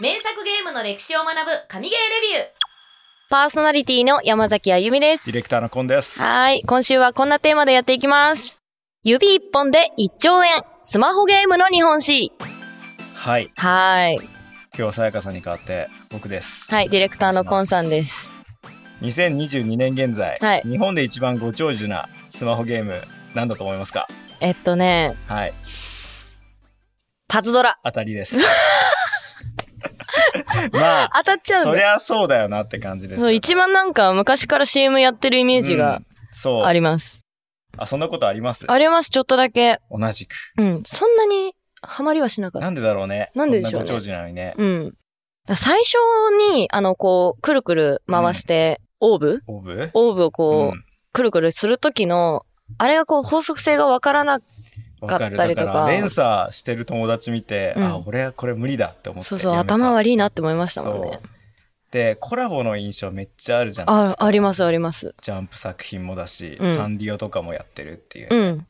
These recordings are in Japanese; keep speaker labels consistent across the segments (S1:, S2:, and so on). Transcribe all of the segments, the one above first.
S1: 名作ゲームの歴史を学ぶ神ゲーレビュー。
S2: パーソナリティの山崎あゆみです
S3: ディ。レクターのコンです。
S2: はい。今週はこんなテーマでやっていきます。指一本で1兆円、スマホゲームの日本史。
S3: はい。
S2: はい。
S3: 今日はさやかさんに代わって僕です。
S2: はい、ディレクターのコンさんです。
S3: 2022年現在、
S2: はい
S3: 日本で一番ご長寿なスマホゲームなんだと思いますか
S2: えっとね、
S3: はい。
S2: パズドラ。
S3: 当たり です。 まあ、
S2: 当たっちゃうん
S3: そ
S2: だ
S3: り
S2: よ。
S3: ゃそうだよなって感じですよ。
S2: そう、一番なんか昔から CM やってるイメージ
S3: う
S2: が
S3: んそう。
S2: あります。
S3: あ、そんなことあります
S2: あります、ちょっとだけ。
S3: 同じく。
S2: うん。そんなにハマりはしなかった。
S3: なんでだろうね。
S2: なんででしょうね
S3: こなご長寿なのにね。
S2: うん。だから最初に、あの、こう、くるくる回して、オーブ
S3: オーブ
S2: オーブをこう、
S3: うん
S2: くるくるするときの、あれがこう、法則性がわからな
S3: わか
S2: 買っ
S3: る。
S2: た
S3: だ
S2: りと
S3: か、
S2: から
S3: 連鎖してる友達見て、
S2: うん
S3: あ、俺はこれ無理だって思って。
S2: そうそう、
S3: やめた
S2: 頭悪いなって思いましたもん
S3: そ
S2: ね
S3: う。。で、コラボの印象めっちゃあるじゃないです
S2: あ
S3: か、。
S2: あります、あります。
S3: ジャンプ作品もだし、
S2: うん
S3: サンリオとかもやってるっていう。
S2: う
S3: っ
S2: ん。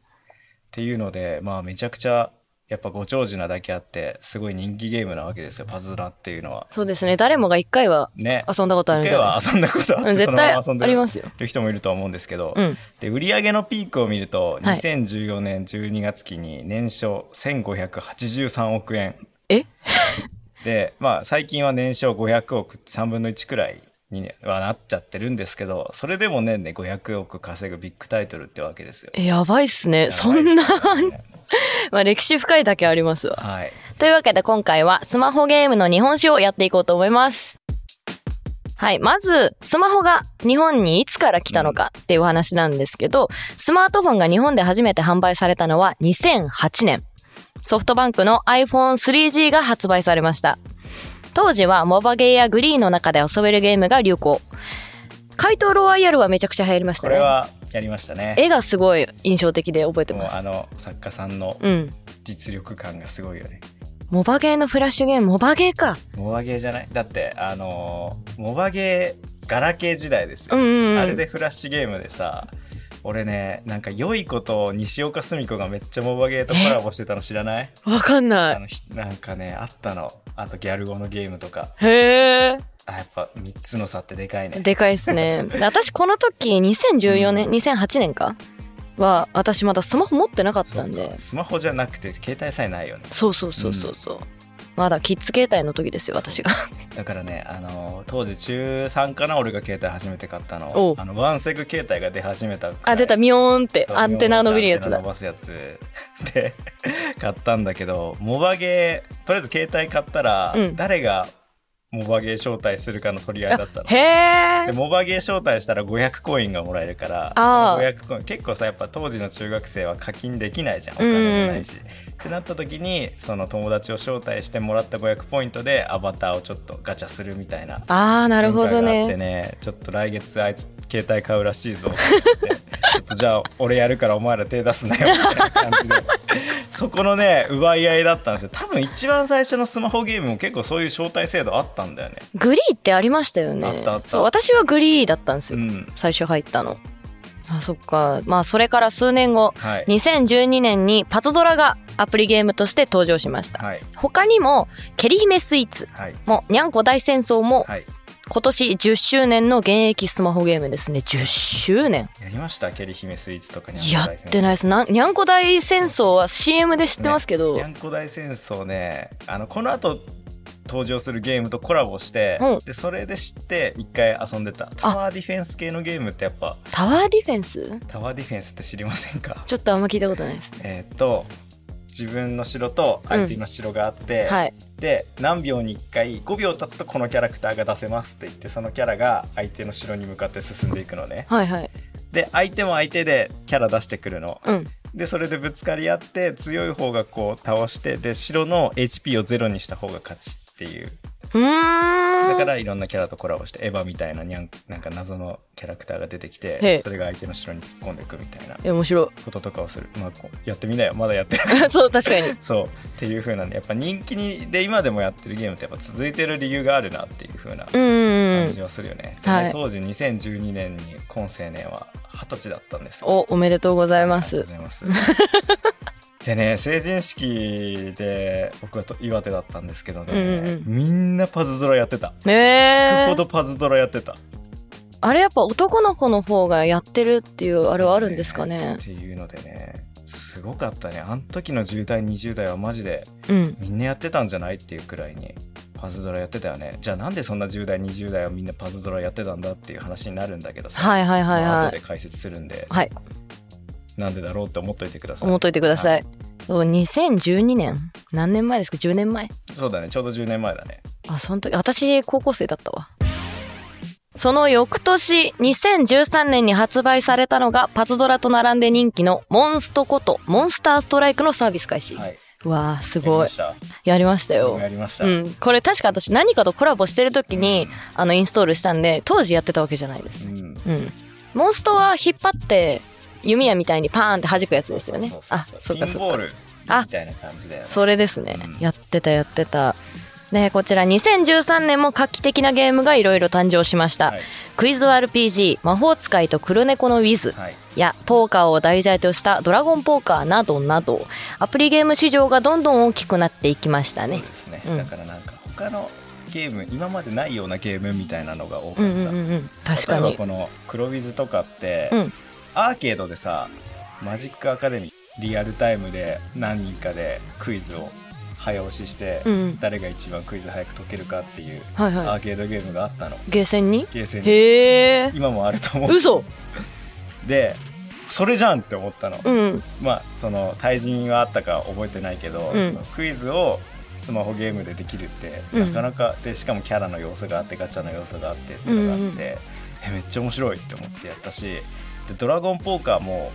S3: ていうので、まあめちゃくちゃ、やっぱご長寿なだけあって、すごい人気ゲームなわけですよ、パズドラっていうのは。
S2: そうですね。誰もが一回は
S3: ね。
S2: 遊んだことあるん
S3: 一
S2: じ
S3: 回
S2: ゃない
S3: は
S2: です
S3: 遊んだことあっ
S2: か。うん
S3: て、
S2: 絶
S3: そのま
S2: 対
S3: ま遊ん
S2: あ
S3: で
S2: りま
S3: る
S2: すよ。
S3: 人もいると思うんですけど、
S2: うん。
S3: で売上のピークを見ると、
S2: はい
S3: 2014年12月期に年商1583億円。
S2: え
S3: で、まあ最近は年商500億って3分の1くらいにねはなっちゃってるんですけど、それでも年で500億稼ぐビッグタイトルってわけですよ。
S2: えやばいっすね。そ
S3: やばい
S2: ん
S3: で
S2: な、
S3: すよね
S2: まあ歴史深いだけありますわ。
S3: はい。
S2: というわけで今回はスマホゲームの日本史をやっていこうと思います。はい。まず、スマホが日本にいつから来たのかっていうお話なんですけど、スマートフォンが日本で初めて販売されたのは2008年。ソフトバンクの iPhone3G が発売されました。当時はモバゲーやグリーンの中で遊べるゲームが流行。怪盗ロワイヤルはめちゃくちゃ流行りまし
S3: こ
S2: た
S3: れ
S2: ね。
S3: はやりましたね。
S2: 絵がすごい印象的で覚えて
S3: もう
S2: ま
S3: あ
S2: す。
S3: の作家さんの
S2: うん。
S3: 実力感がすごいよね。
S2: モバゲーのフラッシュゲーム、モバゲーか。
S3: モバゲーじゃないだって、あのーモバゲー、ガラケー時代ですよ。
S2: うんうん、うん。
S3: あれでフラッシュゲームでさ俺ねなんか良いこと西岡澄子がめっちゃモバゲーとコラボしてたの知らない
S2: わかんな
S3: あ
S2: い。
S3: のひなんかねあったのあとギャル語のゲームとか
S2: へ
S3: あやっぱ3つの差ってでかい
S2: え。
S3: ね
S2: でかいっすね。私この時2014年、
S3: うん
S2: 2008年かは私まだスマホ持ってなかったん
S3: そう
S2: で
S3: か。スマホじゃなくて携帯さえないよね
S2: そうそうそうそうそう。まだキッズ携帯の時ですよ、私が。
S3: だからねあの当時中3かな俺が携帯初めて買った
S2: おう
S3: のあのワンセグ携帯が出始めたくらい
S2: あ、出た、ミョーンって
S3: そう
S2: アンテナ伸びるやつ
S3: アンテナ
S2: だ
S3: 伸。ばすやつで買ったんだけどモバゲーとりあえず携帯買ったら、
S2: うん
S3: 誰がモバゲー招待するかの取り合いだったの。
S2: へえ。
S3: でモバゲー招待したら500コインがもらえるから
S2: あー
S3: 500コイン結構さやっぱ当時の中学生は課金できないじゃんお
S2: うん
S3: 金もないし。ってなった時にその友達を招待してもらった500ポイントでアバターをちょっとガチャするみたいな
S2: あー、なるほど
S3: 文化があって
S2: ね。
S3: ねちょっと来月あいつ携帯買うらしいぞってちょっとじゃあ俺やるからお前ら手出すなよみたいな感じでそこのね奪い合いだったんですよ多分一番最初のスマホゲームも結構そういう招待制度あったんだよね
S2: グリーってありましたよね。
S3: あったあった
S2: そう、私はグリーだったんです
S3: う
S2: よ。
S3: ん
S2: 最初入ったの。あ、そっか。まあ、それから数年後、
S3: はい
S2: 2012年にパズドラがアプリゲームとして登場しました。
S3: はい
S2: 他にも、ケリ姫スイーツ
S3: はい
S2: も、にゃんこ大戦争も、
S3: はい
S2: 今年10周年の現役スマホゲームですね。10周年
S3: やりましたケリ姫スイーツとかに
S2: やってないです。なんにゃんこ大戦争は CM で知ってますけど、
S3: にゃんこ大戦争ねあのこの後登場するゲームとコラボして、
S2: うん
S3: でそれで知って一回遊んでたタワーディフェンス系のゲームってやっぱ
S2: タワーディフェンス
S3: タワーディフェンスって知りませんか
S2: ちょっとあんま聞いたことないです。
S3: えーっと自分の城と相手の城があって、
S2: はい。
S3: で何秒に1回5秒経つとこのキャラクターが出せますって言ってそのキャラが相手の城に向かって進んでいくのね
S2: はいはい。
S3: で相手も相手でキャラ出してくるの
S2: うん。
S3: でそれでぶつかり合って強い方がこう倒してで城の HP をゼロにした方が勝ちっていう
S2: うー
S3: だ
S2: ん。
S3: からいろんなキャラとコラボしてエヴァみたいなにゃんなんか謎のキャラクターが出てき
S2: へえ
S3: てそれが相手の城に突っ込んでいくみたいな
S2: え、面白
S3: こととかをする、まあ、こうやってみなよまだやって ない
S2: い。 そう、確かに。
S3: そうっていう風なねやっぱ人気にで今でもやってるゲームってやっぱ続いてる理由があるなっていう風な
S2: うんうんう
S3: 感
S2: ん。
S3: じはするよね。
S2: はい
S3: でね当時2012年に今青年は二十歳だったんですよ。
S2: お、おめでとうございま
S3: あり
S2: す
S3: がとう。ございます。 でね成人式で僕はと岩手だったんですけどね、
S2: うんうん
S3: みんなパズドラやってた聞く
S2: え
S3: ほどパズドラやってた、
S2: あれやっぱ男の子の方がやってるっていうあれはあるんですかね
S3: っ。ていうのでねすごかったねあの時の10代20代はマジで
S2: うん。
S3: みんなやってたんじゃないっていうくらいにパズドラやってたよねじゃあなんでそんな10代20代はみんなパズドラやってたんだっていう話になるんだけどさ、
S2: はいはいはい
S3: まあ後
S2: は
S3: で
S2: い。
S3: 解説するんで、
S2: はい
S3: なんでだろうって思っといてください
S2: 思っといてください。そう2012年何年前ですか ?10 年前
S3: そうだねちょうど10年前だね
S2: あ、その時、私高校生だったわ。その翌年、2013年に発売されたのが、パズドラと並んで人気のモンストこと、モンスターストライクのサービス開始。
S3: はいう
S2: わー、す
S3: やり
S2: ごい
S3: まし。た
S2: やりました
S3: 僕
S2: よ
S3: も。やりました、
S2: うん。これ確か私何かとコラボしてる時に、あの、インストールしたんで、当時やってたわけじゃないです。
S3: うん
S2: うん。モンストは引っ張って、弓矢みたいにパーンって弾くやつですよね
S3: そう。そう
S2: あ
S3: そう、
S2: そっか
S3: ピン
S2: そ
S3: ボ
S2: っ
S3: ー
S2: か。
S3: ル
S2: あ
S3: みたいな感じだよね
S2: それですね
S3: うん。
S2: やってたやってた。で、こちら2013年も画期的なゲームがいろいろ誕生しました。
S3: はい
S2: クイズ RPG、魔法使いと黒猫のウィズ
S3: はい
S2: や、ポーカーを題材としたドラゴンポーカーなどなど、アプリゲーム市場がどんどん大きくなっていきました
S3: そう
S2: ね
S3: で。すね、
S2: うん
S3: だからなんか他のゲーム今までないようなゲームみたいなのが多かった、
S2: うんうんうんうん。確か
S3: 例えば
S2: に。
S3: この黒ビズとかって、
S2: うん
S3: アーケードでさマジックアカデミーリアルタイムで何人かでクイズを早押しして、
S2: うんうん。
S3: 誰が一番クイズ早く解けるかっていう
S2: はい
S3: ア
S2: は
S3: ーケードゲームがあったの
S2: い。ゲーセンに
S3: ゲーセンに
S2: へえ。
S3: 今もあると思う
S2: 嘘
S3: でそれじゃんって思ったの、
S2: うん。
S3: まあその対人はあったか覚えてないけど、
S2: うん
S3: そのクイズをスマホゲームでできるって、
S2: うん
S3: なかなかでしかもキャラの要素があってガチャの要素があってっていうのがあって、
S2: うんうん
S3: えめっちゃ面白いって思ってやったしでドラゴンポーカーも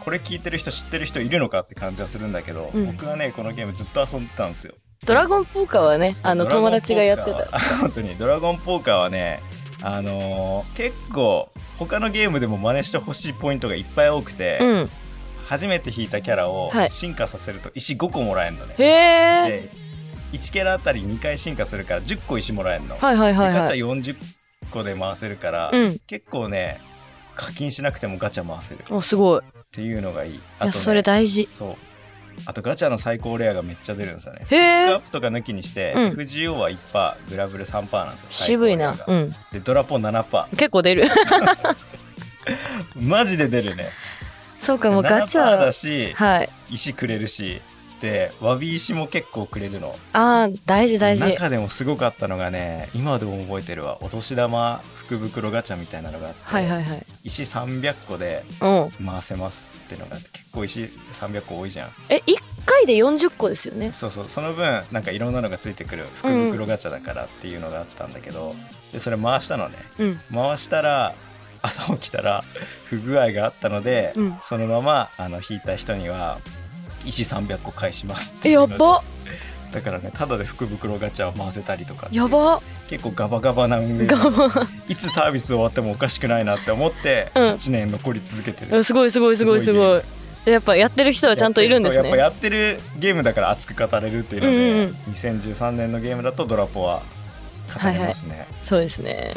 S3: これ聞いてる人知ってる人いるのかって感じはするんだけど、
S2: うん
S3: 僕はねこのゲームずっと遊んでたんですよ。
S2: ドラゴンポーカーはね、あの
S3: ドラゴ
S2: 友
S3: ンポーカー
S2: 達がやってた。
S3: あ 本当にドラゴンポーカーはねあのー結構他のゲームでも真似してほしいポイントがいっぱい多くて、
S2: うん。
S3: 初めて引いたキャラを
S2: はい
S3: 進化させると石5個もらえるのね、
S2: へえ。
S3: で1キャラあたり2回進化するから10個石もらえるの、
S2: はいはいはい
S3: でガチ
S2: はい。
S3: ャ40個で回せるから、
S2: うん
S3: 結構ね課金しなくてもガチャ回せるっ
S2: お、すごい。い
S3: ていうのがいいあと、
S2: や、
S3: ね、
S2: それ大事。
S3: そうあとガチャの最高レアがめっちゃ出るんですよね
S2: へ
S3: ピック
S2: え
S3: アッ。プとか抜きにして、
S2: うん
S3: FGO は1パーグラブル3パーなんですよ
S2: 渋いな
S3: 最。高
S2: う
S3: レアが
S2: ん。
S3: でドラポン7パ
S2: 結構出る。
S3: ーマジで出るね
S2: そうか、もう
S3: 7パー
S2: ガチ
S3: だ
S2: ャ。
S3: し、
S2: はい。
S3: 石くれるしでわび石も結構くれるの
S2: ああ、大事大事。
S3: 中でもすごかったのがね今でも覚えてるわお年玉福袋ガチャみたいなのがあって、
S2: はいはいはい。
S3: 石300個で
S2: うん。
S3: 回せますってのがあって結構石300個多いじゃん
S2: え、一回で40個ですよね。
S3: そうそうその分なんかいろんなのがついてくる福袋ガチャだからっていうのがあったんだけど、でそれ回したのね
S2: うん。
S3: 回したら朝起きたら不具合があったので、
S2: うん
S3: そのままあの引いた人には石300個返しますって
S2: え、
S3: いう
S2: や
S3: ので
S2: ば。
S3: だからねただで福袋ガチャを回せたりとかっていう
S2: やば。
S3: 結構ガバガバな運営
S2: が
S3: いつサービス終わってもおかしくないなって思って
S2: うん
S3: 1年残り続けてる、
S2: すごいすごいすごいすごい。やっぱやってる人はちゃんといるんです
S3: そうやっぱ
S2: ね。
S3: やってるゲームだから熱く語れるっていうので、
S2: うんうん
S3: 2013年のゲームだとドラポは語れますね、
S2: そうですね。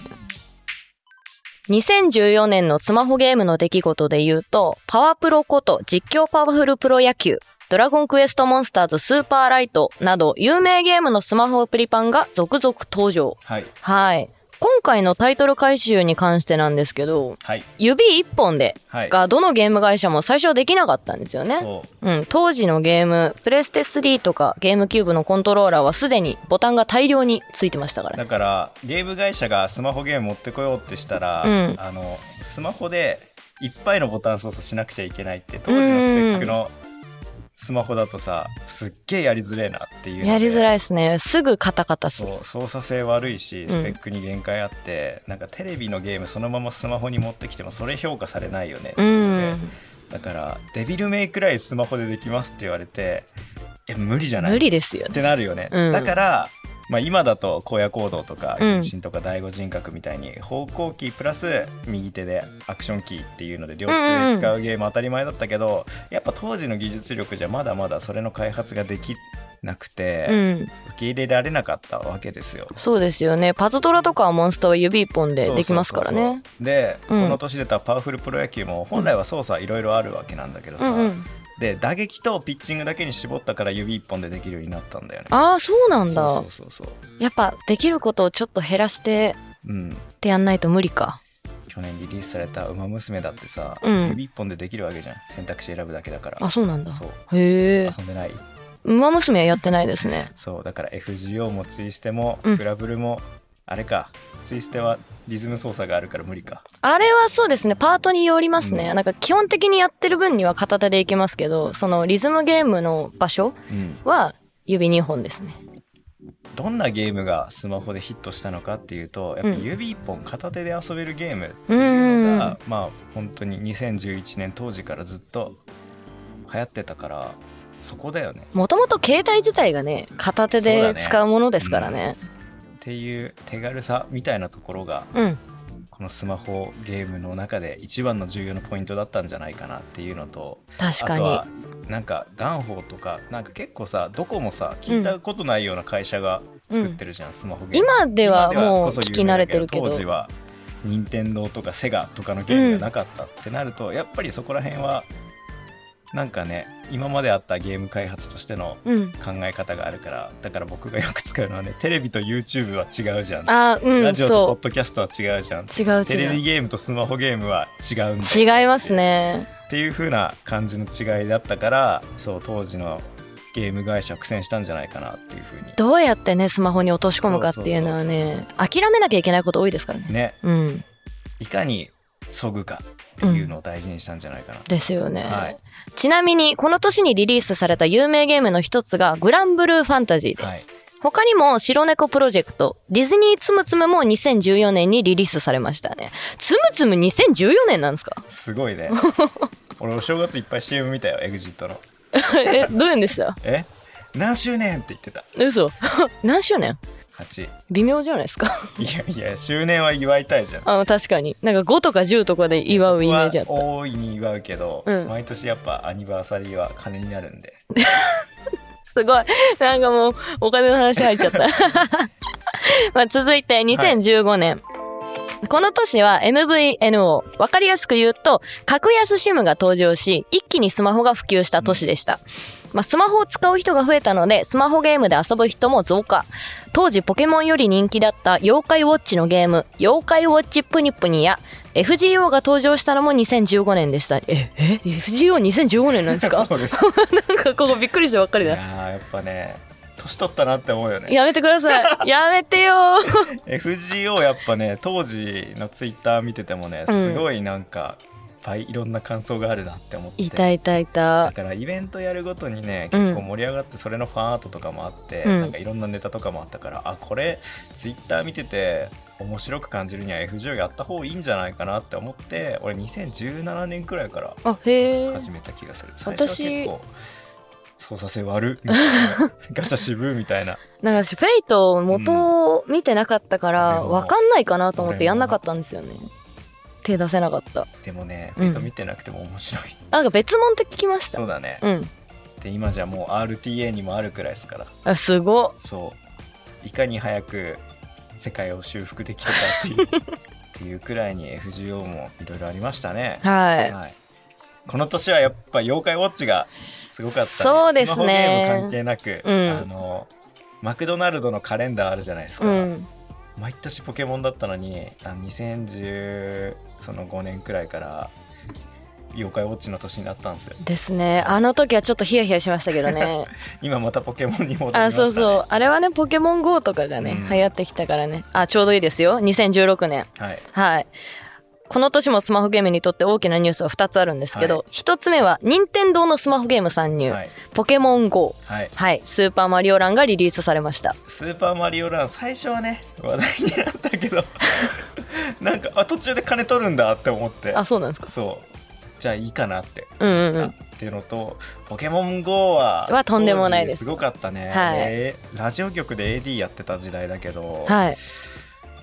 S2: 2014年のスマホゲームの出来事で言うと、パワプロこと実況パワフルプロ野球、ドラゴンクエストモンスターズスーパーライトなど有名ゲームのスマホプリパンが続々登場。
S3: はい
S2: はい。今回のタイトル回収に関してなんですけど、
S3: はい
S2: 指一本で
S3: はい
S2: がどのゲーム会社も最初はできなかったんですよね。
S3: そう
S2: うん、当時のゲーム、プレステ3とかゲームキューブのコントローラーはすでにボタンが大量についてましたからね。
S3: だからゲーム会社がスマホゲーム持ってこようってしたら、
S2: うん
S3: あのスマホでいっぱいのボタン操作しなくちゃいけないって当時のスペックのスマホだとさすっげえやりづれえなっていうので
S2: やりづらいですね。すぐカタカタする。
S3: そう操作性悪いし
S2: ん
S3: スペックに限界あって、なんかテレビのゲームそのままスマホに持ってきてもそれ評価されないよね、
S2: うん。
S3: だから「デビルメイクライスマホでできます」って言われて「いや無理じゃない?」
S2: 無
S3: っ
S2: 理ですよね。
S3: てなるよね、
S2: うん
S3: だから、まあ、今だと荒野行動とか
S2: うん
S3: 妊娠とか第五人格みたいに方向キープラス右手でアクションキーっていうので両手で使うゲーム当たり前だったけど、やっぱ当時の技術力じゃまだまだそれの開発ができなくて、
S2: うん。
S3: 受け入れられなかったわけですよ。
S2: そうですよね。パズドラとかはモンスターは指一本でできますから
S3: そうそう
S2: ね。
S3: そうそうで、
S2: うん
S3: この年出たパワフルプロ野球も本来は操作いろいろあるわけなんだけど
S2: う
S3: さ、
S2: んうん。
S3: で打撃とピッチングだけに絞ったから指一本でできるようになったんだよね
S2: ああ、そうなんだ。
S3: そうそうそうそう
S2: やっぱ、できることをちょっと減らして
S3: うん
S2: ってやんないと無理か。
S3: 去年リリースされた「ウマ娘」だってさ、
S2: うん
S3: 指一本でできるわけじゃん選択肢選ぶだけだから
S2: あ、そうなんだ。
S3: そう
S2: へえ。
S3: 遊んでない
S2: 馬娘はやってないですね。
S3: そうだから FGO もツイステも
S2: うん
S3: グラブルも、あれかツイステはリズム操作があるから無理か
S2: あれはそうですね、パートによりますね。
S3: う
S2: なんか基本的にやってる分には片手でいけますけど、そのリズムゲームの場所
S3: うん
S2: は指2本ですね。
S3: どんなゲームがスマホでヒットしたのかっていうとやっぱ指一本片手で遊べるゲームっていうのが、まあ本当に2011年当時からずっと流行ってたからそこだよね
S2: もともと携帯自体がね、片手で使うものですからね。
S3: っていう手軽さみたいなところが
S2: うん。
S3: このスマホゲームの中で一番の重要なポイントだったんじゃないかなっていうのと
S2: 確か
S3: あと
S2: に
S3: は。なんかガンホーとかなんか結構さどこもさ聞いたことないような会社が作ってるじゃん、スマホゲーム
S2: 今ではもう
S3: 今でこそ
S2: 聞き慣れてるけ
S3: 有名だ
S2: ど
S3: 当時。は任天堂とかセガとかのゲームがなかったってなると、やっぱりそこら辺はなんかね今まであったゲーム開発としての
S2: うん。
S3: 考え方があるからだから僕がよく使うのはねテレビと YouTube は違うじゃん、
S2: あ、う
S3: ラ
S2: ん、
S3: ジオと
S2: そ
S3: ポッドキャストは違うじゃ
S2: う。
S3: ん
S2: 違う
S3: テレビ
S2: 違う。
S3: ゲームとスマホゲームは違うんだ
S2: 違いますね。
S3: っていう風な感じの違いだったからそう当時のゲーム会社は苦戦したんじゃないかなっていう風に
S2: どうやってね、スマホに落とし込むかっていうのはね、諦めなきゃいけないこと多いですからね。
S3: ね
S2: うん。
S3: いかにそぐかっていうのを大事にしたんじゃないかな、
S2: ですよね。
S3: はい
S2: ちなみに、この年にリリースされた有名ゲームの一つが、グランブルーファンタジーです。
S3: はい
S2: 他にも、白猫プロジェクト、ディズニーつむつむも2014年にリリースされましたね。つむつむ2014年なんですか
S3: すごいね俺お正月いっぱい CM 見たよエグジットの
S2: え、どういうんでした
S3: え何周年って言ってた
S2: 嘘 何周年
S3: 8
S2: 微妙じゃないですか
S3: いやいや周年は祝いたいじゃん
S2: あの確かになんか5とか10とかで祝うイメージあっ
S3: そこは大いに祝うけど、
S2: うん
S3: 毎年やっぱアニバーサリーは金になるんで
S2: すごいなんかもうお金の話入っちゃった まあ続いて2015年、この年は MVNO。わかりやすく言うと、格安 SIM が登場し、一気にスマホが普及した年でした。まあ、スマホを使う人が増えたので、スマホゲームで遊ぶ人も増加。当時ポケモンより人気だった妖怪ウォッチのゲーム、妖怪ウォッチプニプニや、FGO が登場したのも2015年でした。え、え ?FGO2015 年なん ですか
S3: そうです
S2: なんかここびっくりしたばっかり
S3: いや
S2: だ。
S3: ーやっぱね年取ったなって思うよね
S2: やめてくださ い。やめてよー。
S3: FGO やっぱね当時のツイッター見ててもね
S2: うん
S3: すごいなんか、いっぱいいろんな感想があるなって思って
S2: いたいたいた
S3: だ。からイベントやるごとにね
S2: うん
S3: 結構盛り上がってそれのファンアートとかもあって、
S2: うん
S3: なんかいろんなネタとかもあったからあこれツイッター見てて面白く感じるには FGO やった方がいいんじゃないかなって思って俺2017年くらいから
S2: あ、へえ。
S3: 始めた気がする最初
S2: 私
S3: は結構操作性悪みたい なガチャ渋みたいな
S2: なんか私、フェイト元を見てなかったから、
S3: うん
S2: わかんないかなと思ってやんなかったんですよね。手出せなかった。
S3: でもね、
S2: うん
S3: 意外と見てなくても面白い
S2: なんか別物って聞きました
S3: そう。だね
S2: うん。
S3: で今じゃもう RTA にもあるくらいですから
S2: あ、すご
S3: そういかに早く世界を修復できたかって いうっていうくらいに FGO もいろいろありましたね
S2: い。、は
S3: はい、この年はやっぱ妖怪ウォッチがすごかった、
S2: そうですね
S3: スマホゲーム関係なく、
S2: うん
S3: あのマクドナルドのカレンダーあるじゃないです
S2: い。
S3: か、
S2: うん。
S3: 毎年ポケモンだったのにあの2015年くらいから妖怪ウォッチの年になったんですよ
S2: ですね。あの時はちょっとヒヤヒヤしましたけ どね。
S3: 今またポケモンに戻りました、ね、
S2: あ、そうそう。あれはね、ポケモン GO とかがね、
S3: うん
S2: 流行ってきたからね。あ、ちょうどいいですよ。2016年。
S3: はい
S2: はい。この年もスマホゲームにとって大きなニュースは2つあるんですけ
S3: は
S2: ど、一1つ目は、任天堂のスマホゲーム参入、
S3: はい、
S2: ポケモン GO。
S3: はい、
S2: はい、スーパーマリオランがリリースされました。
S3: スーパーマリオラン最初はね話題になっ たけどなんかあ途中で金取るんだって思って
S2: あ、そうなんですか。
S3: そうじゃあいいかなって、
S2: うんうんうん。
S3: っていうのと「ポケモン GO は」
S2: はとんでもないです
S3: 当時すごかったね、
S2: はい
S3: でラジオ局で AD やってた時代だけど、
S2: はい。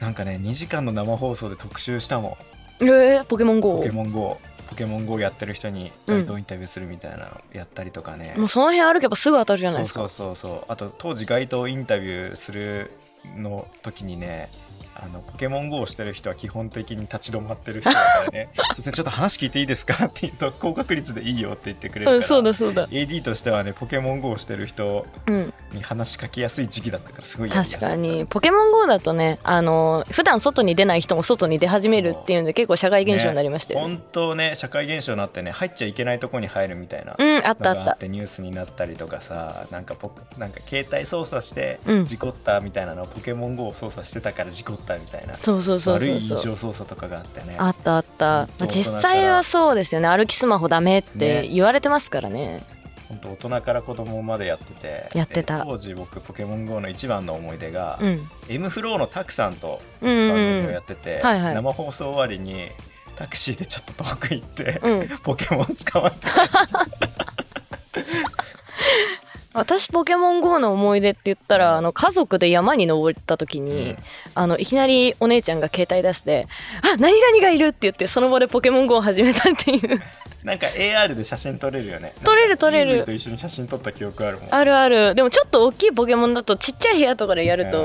S3: なんかね2時間の生放送で特集したもん
S2: えー、ポケモン
S3: ポ
S2: GO
S3: ケ。モン GO ポケモン GO やってる人に街頭インタビューするみたいなのやったりとかね、
S2: もうその辺歩けばすぐ当たるじゃない
S3: そう
S2: ですか。
S3: そうそうそうあと当時街頭インタビューするの時にねあのポケモン GO をしてる人は基本的に立ち止まってる人だから ね「そしてちょっと話聞いていいですか?」って言うと高確率でいいよって言ってくれるか
S2: う
S3: ら、
S2: ん、そうだそうだ。
S3: AD としてはねポケモン GO をしてる人
S2: うん。
S3: に話しかけやすい時期だったからすごいやりやす
S2: 確
S3: かった
S2: かに。ポケモン GO だとね、あの、普段外に出ない人も外に出始めるっていうんで、結構社会現象になりましたよね。
S3: 本当ね社会現象になってね入っちゃいけないとこに入るみたいな、
S2: うん、あった
S3: の
S2: あっ。
S3: があったてニュースになったりとかさなんかポなんか携帯操作して
S2: うん
S3: 事故ったみたいなのをポケモン GO を操作してたから事故ったみたいな
S2: そうそうそう
S3: 悪
S2: そう
S3: い
S2: そ
S3: 異
S2: う。
S3: 常操作とかがあってね
S2: あったあった、まあ、
S3: 本当
S2: 実際はそうですよね歩きスマホダメって
S3: ね
S2: 言われてますからね
S3: 本当大人から子供までやってて
S2: やってた
S3: で当時僕ポケモン GO の一番の思い出が、
S2: うん
S3: エムフローのタクさんと
S2: うん
S3: 番
S2: う
S3: 組をや
S2: ん
S3: ってて、
S2: はいはい
S3: 生放送終わりにタクシーでちょっと遠く行って、
S2: うん、うん、
S3: ポケモン捕まって
S2: 私ポケモン GO の思い出って言ったらあの家族で山に登った時に、
S3: うん
S2: あのいきなりお姉ちゃんが携帯出して「あ何々がいる!」って言ってその場でポケモン GO を始めたって いう
S3: なんか AR で写真撮れるよね
S2: 撮れる撮れる
S3: なんか EV と一緒に写真撮った記憶あるもん
S2: あるあるでもちょっと大きいポケモンだとちっちゃい部屋とかでやる
S3: う
S2: と
S3: ん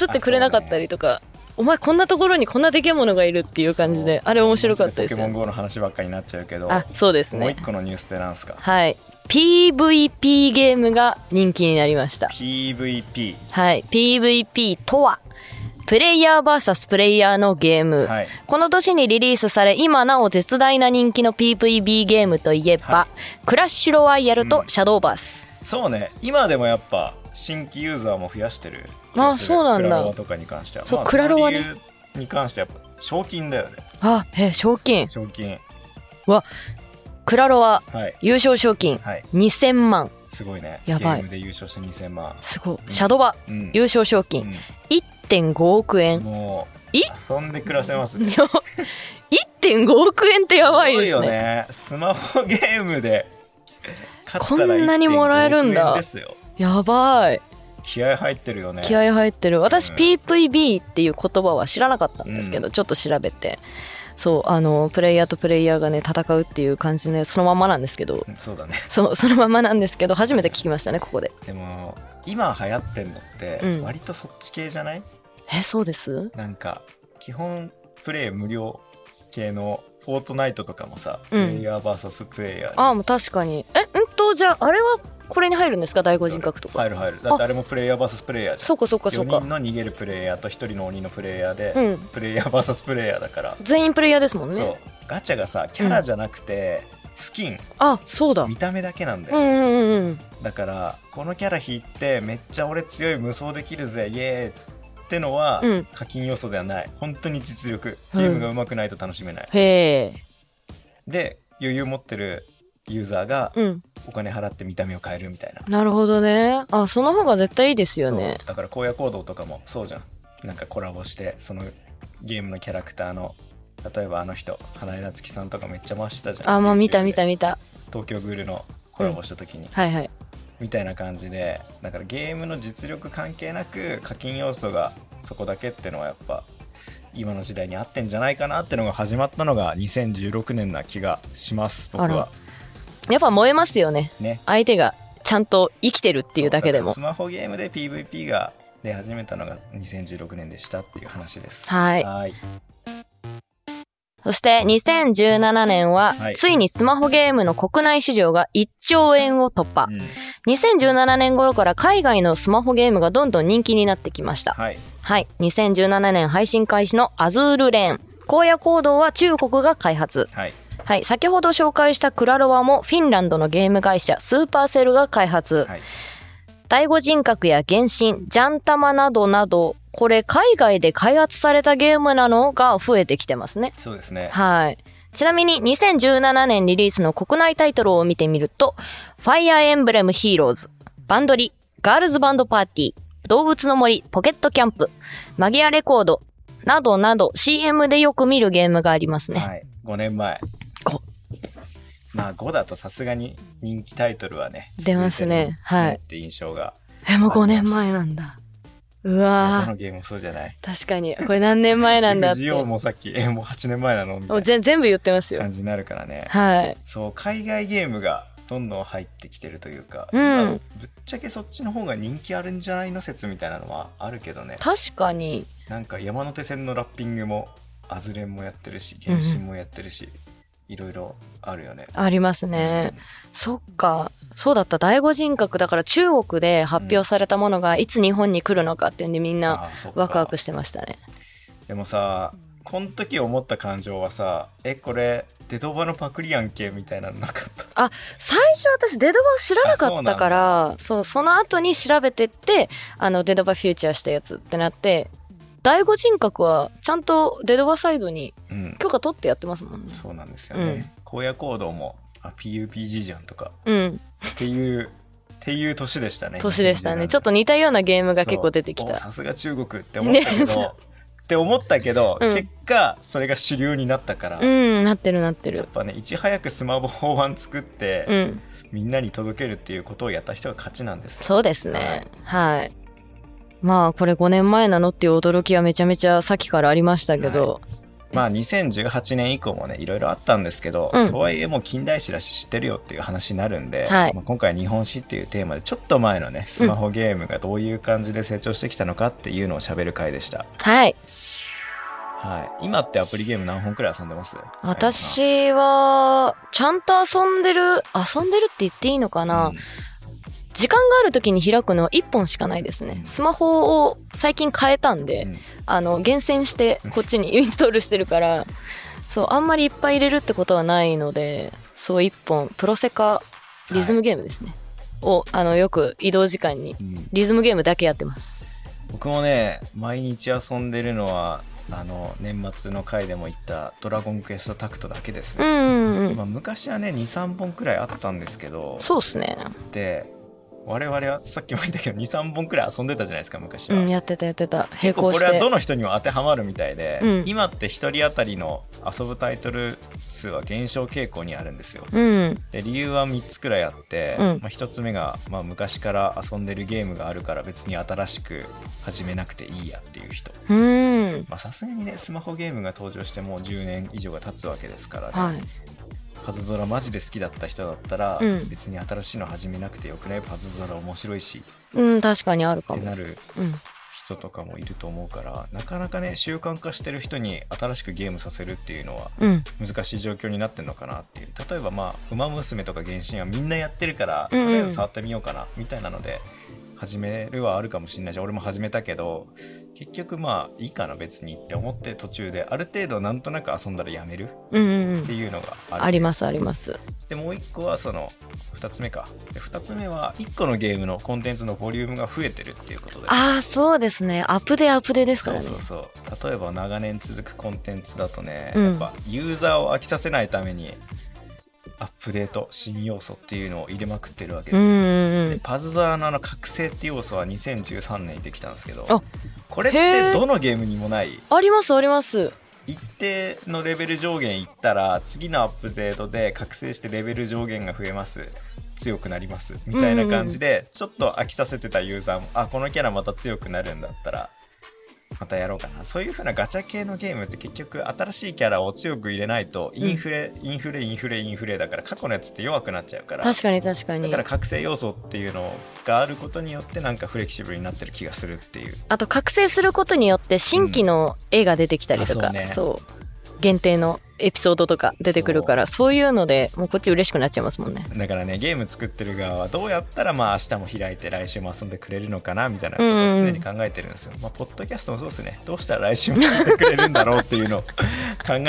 S2: 映ってくれなかったりとか「お前こんなところにこんなでけえものがいる」っていう感じで
S3: そう
S2: あれ面白かったです
S3: ポケモ
S2: よ
S3: ン GO の話ばっかりになっちゃうけど
S2: あそうです
S3: もう
S2: ね
S3: 一個のニュースってなんですか
S2: はい。PVP ゲームが人気になりました。
S3: PVP
S2: はい。PVP とは、プレイヤー VS プレイヤーのゲーム。
S3: はい
S2: この年にリリースされ、今なお絶大な人気の PVB ゲームといえば、
S3: は
S2: クラッシュロワイヤルとシャドーバース。
S3: そうね今でもやっぱ新規ユーザーも増やしてる
S2: あそうなんだ
S3: クラロワとかに関しては
S2: そう
S3: まあ
S2: クラロワね
S3: その理由に関してはやっぱ賞金だよね
S2: あ、え、賞金。
S3: 賞金
S2: クラロワ、
S3: はい
S2: 優勝賞金、
S3: はい
S2: 2000万。
S3: すごいね
S2: やばい
S3: ゲームで優勝して2000万
S2: すごい。
S3: ん
S2: シャドバ、
S3: うん
S2: 優勝賞金、1.5億
S3: うん
S2: 円。
S3: もう
S2: い
S3: 遊んで暮らせますね
S2: いや1.5億円ってやばいです
S3: ご
S2: ね。
S3: よねスマホゲームで勝った
S2: こ
S3: ら
S2: んなにもらえるんだ
S3: 1.5億円ですよ
S2: やばい。
S3: 気合入ってるよね
S2: 気合入ってる私
S3: うん
S2: PVB っていう言葉は知らなかったんですけど、ちょっと調べてそうあのプレイヤーとプレイヤーがね戦うっていう感じのやつそのままなんですけど
S3: うんそうだね
S2: そうそのままなんですけど初めて聞きましたねここで
S3: でも今流行ってんのって
S2: うん
S3: 割とそっち系じゃない、
S2: えそうです
S3: なんか基本プレイ無料系のフォートナイトとかもさ、
S2: うん
S3: プレイヤー VS プレイヤー
S2: ああもう確かにえうんとじゃああれはこれに入るんですか第五人格とか
S3: 入る入るだってあれもプレイヤー VS プレイヤーじゃん
S2: そうかそうかそう
S3: 4
S2: か
S3: 人の逃げるプレイヤーと1人の鬼のプレイヤーで、
S2: うん
S3: プレイヤー VS プレイヤーだから、
S2: 全員プレイヤーですもん
S3: そう
S2: ね
S3: ガチャがさキャラじゃなくて、スキン
S2: あそうだ
S3: 見た目だけなんだ
S2: う
S3: よ、
S2: んうんうんうん
S3: だからこのキャラ引いてめっちゃ俺強い無双できるぜイエーイってのは、
S2: うん
S3: 課金要素ではない本当に実力
S2: うん
S3: ゲームが上手くないと楽しめない、
S2: へえ
S3: で余裕持ってるユーザーが
S2: うん
S3: お金払って見た目を変えるみたいな、
S2: なるほどねあその方が絶対いいですよね
S3: そうだから荒野行動とかもそうじゃんなんかコラボしてそのゲームのキャラクターの例えばあの人花江夏樹さんとかめっちゃ回してたじゃん
S2: あまあ見た見た
S3: 東
S2: 見た
S3: 京グールのコラボした時に、
S2: はいはい
S3: みたいな感じでだからゲームの実力関係なく課金要素がそこだけってのはやっぱ今の時代に合ってんじゃないかなってのが始まったのが2016年な気がします僕
S2: あ
S3: は
S2: らやっぱ燃えますよね
S3: ね
S2: 相手がちゃんと生きてるっていうだけでも
S3: そうだからスマホゲームで PVP が出始めたのが2016年でしたっていう話です
S2: はい
S3: はい
S2: そして2017年は、
S3: はい
S2: ついにスマホゲームの国内市場が1兆円を突破
S3: うん
S2: 2017年頃から海外のスマホゲームがどんどん人気になってきました
S3: はい
S2: はい2017年配信開始のアズールレーン荒野行動は中国が開発
S3: はい
S2: はい先ほど紹介したクラロワもフィンランドのゲーム会社スーパーセルが開発、
S3: はい
S2: 第五人格や原神、ジャンタマなどなど、これ海外で開発されたゲームなのが増えてきてますね。
S3: そうですね
S2: はい。ちなみに2017年リリースの国内タイトルを見てみると、ファイアーエンブレムヒーローズ、バンドリ、ガールズバンドパーティー、動物の森、ポケットキャンプ、マギアレコード、などなど CM でよく見るゲームがありますね。
S3: はい5年前
S2: ご
S3: まあ5だとさすがに人気タイトルはね
S2: 出ますね
S3: 続てる
S2: はい
S3: って印象が
S2: え、もう5年前なんだ。う
S3: 他
S2: わ
S3: のゲームもそうじゃない
S2: ー確かに。これ何年前なん だって。
S3: FGO もさっきえもう8年前なのみた
S2: もう
S3: いな
S2: 全全部言ってますよ。
S3: 感じになるからね
S2: はい。
S3: そう海外ゲームがどんどん入ってきてるというか、
S2: うん
S3: まあぶっちゃけそっちの方が人気あるんじゃないの説みたいなのはあるけどね
S2: 確かに。
S3: なんか山手線のラッピングもアズレンもやってるし原神もやってるし、いろいろあるよね。
S2: ありますね。そっか。そうだった。第五人格。だから中国で発表されたものがいつ日本に来るのかっていうんでみんな
S3: あーそっか
S2: ワクワクしてましたね。
S3: でもさこの時思った感情はさえこれデドバのパクリやんけみたいなのなかった
S2: 最初私デドバを知らなかったから、そう、その後に調べてって、あの、デドバフューチャーしたやつってなって、第五人格はちゃんとデドバサイドに
S3: うん
S2: 許可取ってやってますもんね。
S3: そうなんですよね、荒野行動もあ PUPG じゃんとか
S2: うん。
S3: っていうっていう年でしたね
S2: 年でしたね。ちょっと
S3: 日
S2: 似たようなゲームが結構出てきた。
S3: さすが中国って思ったけど、
S2: ね
S3: って思ったけど、
S2: うん
S3: 結果それが主流になったから、
S2: う
S3: やっ
S2: ん、なってるなってる。
S3: ぱねいち早くスマホ版作って、
S2: うん。
S3: みんなに届けるっていうことをやった人が勝ちなんですよ
S2: そうですね。はい。まあ、これ5年前なのっていう驚きはめちゃめちゃさっきからありましたけど。
S3: まあ2018年以降もねいろいろあったんですけど、
S2: うん
S3: とはいえもう近代史だし知ってるよっていう話になるんで、
S2: はい
S3: まあ、今回は日本史っていうテーマでちょっと前のねスマホゲームがどういう感じで成長してきたのかっていうのを喋る回でした、
S2: はい。
S3: はい、今ってアプリゲーム何本くらい遊んでます
S2: 私は、ちゃんと遊んでる、遊んでるって言っていいのかな、
S3: うん
S2: 時間がある時に開くのは1本しかないですね。スマホを最近変えたんで、
S3: うん
S2: あの、厳選してこっちにインストールしてるから、そう、あんまりいっぱい入れるってことはないので、そう1本、プロセカ、リズムゲームですね。を、あの、よく移動時間に
S3: うん
S2: リズムゲームだけやってます。
S3: 僕もね毎日遊んでるのはあの年末の回でも言った「ドラゴンクエストタクト」だけです
S2: う
S3: ね、
S2: んうんうん。
S3: まあ、昔はね23本くらいあったんですけど
S2: そうっすね。
S3: で我々はさっきも言ったけど23本くらい遊んでたじゃないですか昔
S2: う
S3: は、
S2: ん、やってたやってた。並
S3: こ
S2: 行して。
S3: れはどの人にも当てはまるみたいで、
S2: うん
S3: 今って1人当たりの遊ぶタイトル数は減少傾向にあるんですよ
S2: うん。
S3: で理由は3つくらいあって、
S2: うん
S3: まあ、1つ目が、まあ、昔から遊んでるゲームがあるから別に新しく始めなくていいやっていう人
S2: うん。
S3: まあさすがにねスマホゲームが登場してもう10年以上が経つわけですからね、
S2: はい。
S3: パズドラマジで好きだった人だったら、
S2: うん
S3: 別に新しいの始めなくてよくないパズドラ面白いし
S2: うん、確かにあるか
S3: って
S2: も。
S3: なる
S2: うん。
S3: 人とかもいると思うからなかなかね習慣化してる人に新しくゲームさせるっていうのは
S2: うん。
S3: 難しい状況になってるのかなっていう例えばまあ「ウマ娘」とか「原神」はみんなやってるから
S2: う
S3: と
S2: んうん
S3: りあえず触ってみようかなみたいなので始めるはあるかもしれないし俺も始めたけど結局まあいいかな別にって思って途中である程度なんとなく遊んだらやめる
S2: うんうんう
S3: って
S2: ん。
S3: いうのがある
S2: ありますあります。
S3: でもう一個はその2つ目かで2つ目は1個のゲームのコンテンツのボリュームが増えてるっていうことで
S2: ああ、そうですね。アップデアップデですか
S3: そ
S2: ら
S3: う
S2: ね
S3: そ。うそう例えば長年続くコンテンツだとね、
S2: うん
S3: やっぱユーザーを飽きさせないためにアップデート新要素っていうのを入れまくってるわけ
S2: う
S3: で
S2: ん
S3: す、
S2: うんう
S3: で
S2: ん。
S3: パズドラのあの覚醒っていう要素は2013年にできたんですけど
S2: あ
S3: これっ
S2: へ
S3: て
S2: ー
S3: どのゲームにもない
S2: ありますあります。
S3: 一定のレベル上限いったら次のアップデートで覚醒してレベル上限が増えます強くなりますみたいな感じで、ちょっと飽きさせてたユーザーもあこのキャラまた強くなるんだったらまたやろうかなそういう風なガチャ系のゲームって結局新しいキャラを強く入れないとインフレ、インフレインフレインフレだから過去のやつって弱くなっちゃうから
S2: 確かに確か
S3: だ
S2: に
S3: か。ら覚醒要素っていうのがあることによってなんかフレキシブルになってる気がするっていう
S2: あと覚醒することによって新規の絵が出てきたりと
S3: あ
S2: か
S3: そうね、
S2: そう。限定のエピソードとか出てくるから、そういうので、もうこっち嬉しくなっちゃいますもんね。
S3: だからねゲーム作ってる側はどうやったらまあ明日も開いて来週も遊んでくれるのかなみたいなことを常に考えてるんですよ、まあ、ポッドキャストもそうですねどうしたら来週も聞いてくれるんだろうっていうのを考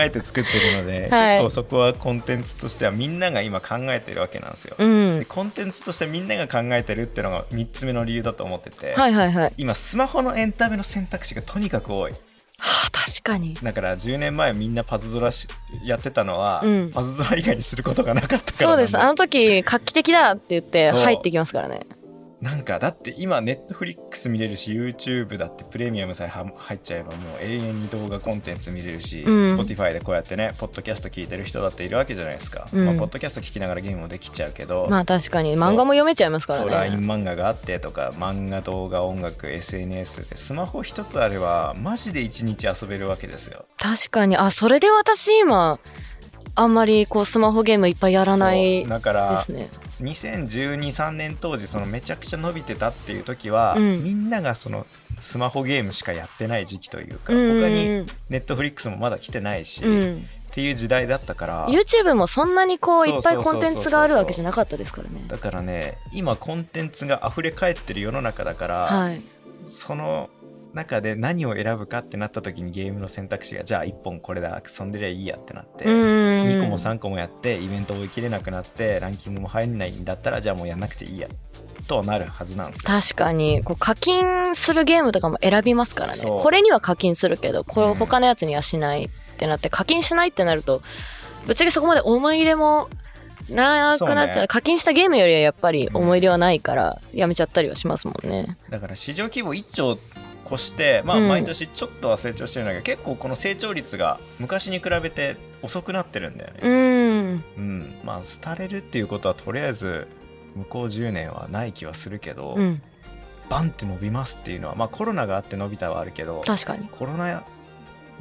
S3: えて作ってるの で、
S2: はい
S3: 結構そこはコンテンツとしてはみんなが今考えてるわけなんですよ、
S2: うん
S3: で。コンテンツとしてみんなが考えてるっていうのが3つ目の理由だと思ってて、
S2: はいはいはい。
S3: 今スマホのエンタメの選択肢がとにかく多い
S2: はあ、確かに。
S3: だから10年前みんなパズドラしやってたのは、
S2: うん
S3: パズドラ以外にすることがなかったから
S2: そ
S3: な
S2: うん
S3: だ
S2: です。あの時、画期的だって言って
S3: そう
S2: 入ってきますからね。
S3: なんかだって今ネットフリックス見れるし YouTube だってプレミアムさえは入っちゃえばもう永遠に動画コンテンツ見れるし、
S2: うん
S3: Spotify でこうやってねポッドキャスト聞いてる人だっているわけじゃないですか、
S2: うん
S3: まあ、ポッドキャスト聞きながらゲームもできちゃうけど、
S2: まあ確かに、漫画も読めちゃいますか
S3: そう LINE
S2: らね。
S3: 漫画があってとか漫画動画音楽 SNS でスマホ一つあればマジで一日遊べるわけですよ
S2: 確かに。あ、それで私今、あんまりこうスマホゲームいっぱいやらない
S3: そう
S2: で
S3: だから
S2: すね。
S3: 2012,3年当時そのめちゃくちゃ伸びてたっていう時は、
S2: うん
S3: みんながそのスマホゲームしかやってない時期というか、
S2: うん
S3: 他にネットフリックスもまだ来てないし、
S2: う
S3: っ
S2: ん、
S3: ていう時代だったから。
S2: YouTube もそんなにこういっぱい
S3: そう
S2: コ
S3: そうそうそう
S2: ンテンツがあるわけじゃなかったですからね
S3: だからね今コンテンツが溢れ返ってる世の中だから、
S2: はい
S3: その中で何を選ぶかってなった時にゲームの選択肢がじゃあ1本これだ遊んでりゃいいやってなって、
S2: 2
S3: 2個も3個もやってイベント追い切れなくなってランキングも入んないんだったらじゃあもうやんなくていいやとはなるはずなんですよ
S2: 確かにこう課金するゲームとかも選びますからね
S3: そう
S2: これには課金するけどこれ
S3: うん
S2: 他のやつにはしないってなって課金しないってなるとぶっちゃけそこまで思い入れもなくなっちゃう
S3: そうね
S2: 課金したゲームよりはやっぱり思い入れはないからやめちゃったりはしますもんね。
S3: だから市場規模1兆越して、まあ、
S2: うん
S3: 毎年ちょっとは成長してるんだけど、結構この成長率が昔に比べて遅くなってるんだよね、
S2: うん
S3: うん、まあ廃れるっていうことはとりあえず向こう10年はない気はするけど、
S2: うん
S3: バンって伸びますっていうのはまあコロナがあって伸びたはあるけど
S2: 確かに
S3: コロナ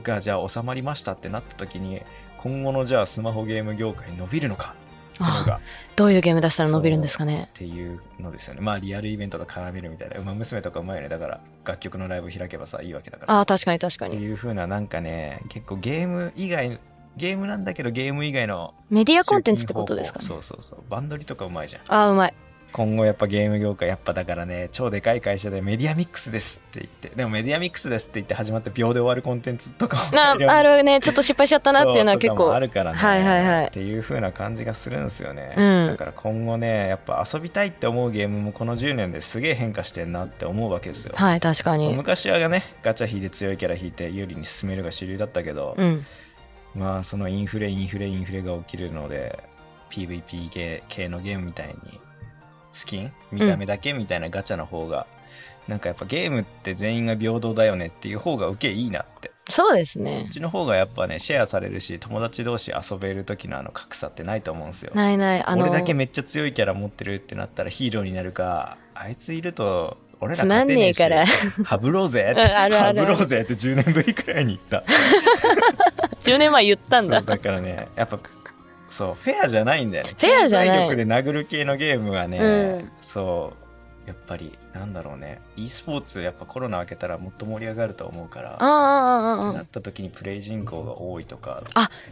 S3: がじゃあ収まりましたってなった時に今後のじゃあスマホゲーム業界伸びるのかっていうのがっ
S2: どういうゲーム出したら伸びるんですかね
S3: ていうのですよねまあリアルイベントと絡めるみたいな「ウマ娘」とかうまいよねだから楽曲のライブ開けばさいいわけだから。
S2: ああ確かに確か
S3: って
S2: に
S3: いう風ななんかね結構ゲーム以外ゲームなんだけどゲーム以外の
S2: メディアコンテンツってことですかね
S3: そうそうそうバンドリとかうまいじゃん
S2: ああうまい
S3: 今後やっぱゲーム業界やっぱだからね超でかい会社でメディアミックスですって言ってでもメディアミックスですって言って始まって秒で終わるコンテンツとかも
S2: なあるねちょっと失敗しちゃったなっていうのは結
S3: そうとかも
S2: 構
S3: あるからね、
S2: はいはいはい
S3: っていう風な感じがするんですよね、
S2: うん
S3: だから今後ねやっぱ遊びたいって思うゲームもこの10年ですげえ変化してんなって思うわけですよ、
S2: はい確かに
S3: 昔はねガチャ引いて強いキャラ引いて有利に進めるが主流だったけど、
S2: うん
S3: まあそのインフレインフレインフレが起きるので PVP 系系のゲームみたいにスキン見た目だけみたいなガチャの方が、なんかやっぱゲームって全員が平等だよねっていう方が受けいいなって
S2: そうです
S3: そ
S2: ね
S3: っちの方がやっぱねシェアされるし友達同士遊べる時のあの格差ってないと思うんですよ。
S2: ないないあの
S3: 俺だけめっちゃ強いキャラ持ってるってなったらヒーローになるかあいついると俺ら
S2: つまんねえから
S3: らハブろうぜって
S2: うん あるあるあ
S3: ハ
S2: る
S3: ブろうぜって10年ぶりくらいに言った。
S2: 10年前言ったんだ
S3: そうだからねやっぱそうフェアじゃないんだよね
S2: フェアじゃない
S3: 経済力で殴る系のゲームはね、
S2: うん
S3: そうやっぱりなんだろうね e スポーツやっぱコロナ明けたらもっと盛り上がると思うから
S2: あああああ
S3: な
S2: あ
S3: った時にプレイ人口が多いとか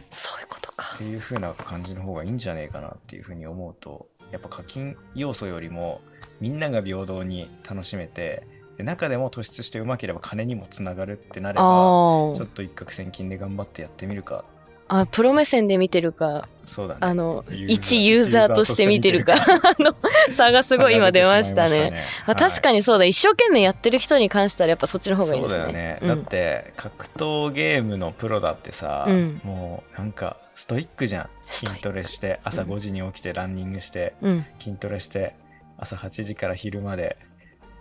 S2: そういうことか
S3: っていう風な感じの方がいいんじゃねえかなっていう風に思うとやっぱ課金要素よりもみんなが平等に楽しめてで中でも突出してうまければ金にもつながるってなれ
S2: あ
S3: ばちょ
S2: ー
S3: っと一攫千金で頑張ってやってみるか
S2: あプロ目線で見てるか
S3: そうだね
S2: あの
S3: ユーザー
S2: 一ユーザーとして見てるかあの差 がすごい今出ましたねまあ確か
S3: に
S2: にそうだ一生懸命やってる人に関してはやっぱそっちの方がいいで
S3: そう
S2: す
S3: だよ
S2: ね
S3: ね、
S2: うん
S3: だって格闘ゲームのプロだってさ、
S2: うん
S3: もうなんかストイックじゃん
S2: ストイック
S3: 筋トレして朝5時に起きてランニングして、
S2: うん
S3: 筋トレして朝8時から昼まで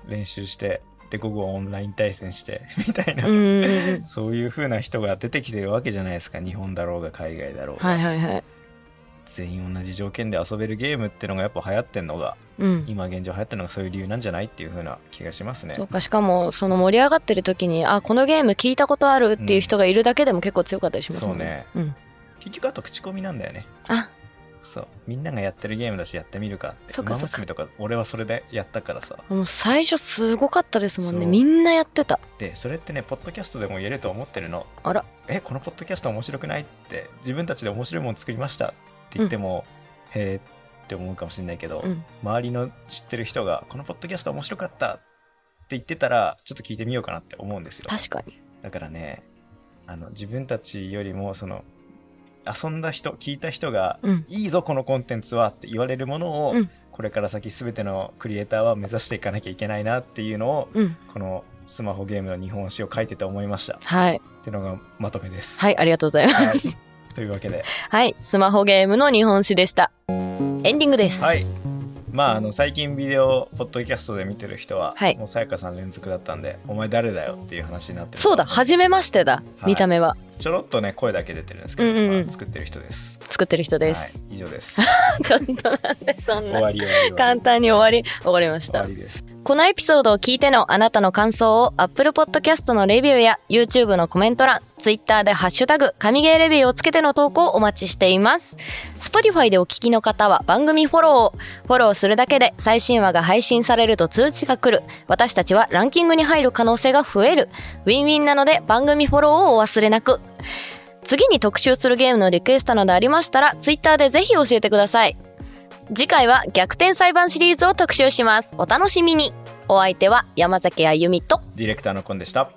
S3: 練習してで午後はオンライン対戦して みたいな、
S2: うんうんうん
S3: そういう風な人が出てきてるわけじゃないですか日本だろうが海外だろうが、
S2: はいはいはい
S3: 全員同じ条件で遊べるゲームってのがやっぱ流行ってんのが
S2: うん
S3: 今現状流行ってるのがそういう理由なんじゃないっていう風な気がしますね
S2: そうかしかもその盛り上がってる時にあこのゲーム聞いたことあるっていう人がいるだけでも結構強かったりしますもんねうん
S3: 結局あと口コミなんだよね
S2: あ
S3: そうみんながやってるゲームだしやってみるかって
S2: そっか
S3: 馬
S2: そっか
S3: 娘とか俺はそれでやったからさ
S2: もう最初すごかったですもんね
S3: そう
S2: みんなやってた
S3: でそれってねポッドキャストでも言えると思ってるの
S2: あら
S3: えこのポッドキャスト面白くないって自分たちで面白いもの作りましたって言っても、へえって思うかもしれないけど、
S2: うん
S3: 周りの知ってる人がこのポッドキャスト面白かったって言ってたらちょっと聞いてみようかなって思うんですよ
S2: 確かに
S3: だからねあの自分たちよりもその遊んだ人聞いた人が
S2: うん
S3: いいぞこのコンテンツはって言われるものを、
S2: うん
S3: これから先全てのクリエイターは目指していかなきゃいけないなっていうのを
S2: うん
S3: このスマホゲームの日本史を書いてて思いましたっ
S2: はい
S3: てのがまとめです。
S2: はいありがとうござい ます
S3: はい、というわけで、
S2: はい、スマホゲームの日本史でした。エンディングです。
S3: はいまあ、あの最近ビデオポッドキャストで見てる人は、
S2: はい
S3: もうさやかさん連続だったんで「お前誰だよ」っていう話になってる
S2: そうだ、初めましてだ、
S3: はい
S2: 見た目は。
S3: ちょろっとね声だけ出てるんですけど、
S2: うんうんうん
S3: まあ作ってる人です
S2: 作ってる人です。
S3: はい、以上です
S2: ちょっとなんでそん
S3: 終
S2: な
S3: わ。り終わり終わり
S2: 簡単に終わり、終わりまし
S3: 終
S2: た
S3: わ。りです
S2: このエピソードを聞いてのあなたの感想を Apple Podcast のレビューや YouTube のコメント欄、Twitter でハッシュタグ、神ゲーレビューをつけての投稿をお待ちしています。Spotify でお聞きの方は番組フォローを。フォローするだけで最新話が配信されると通知が来る。私たちはランキングに入る可能性が増える。ウィンウィンなので番組フォローをお忘れなく。次に特集するゲームのリクエストなどありましたら Twitter でぜひ教えてください。次回は逆転裁判シリーズを特集します。お楽しみに。お相手は山崎あゆみと
S3: ディレクターのコンでした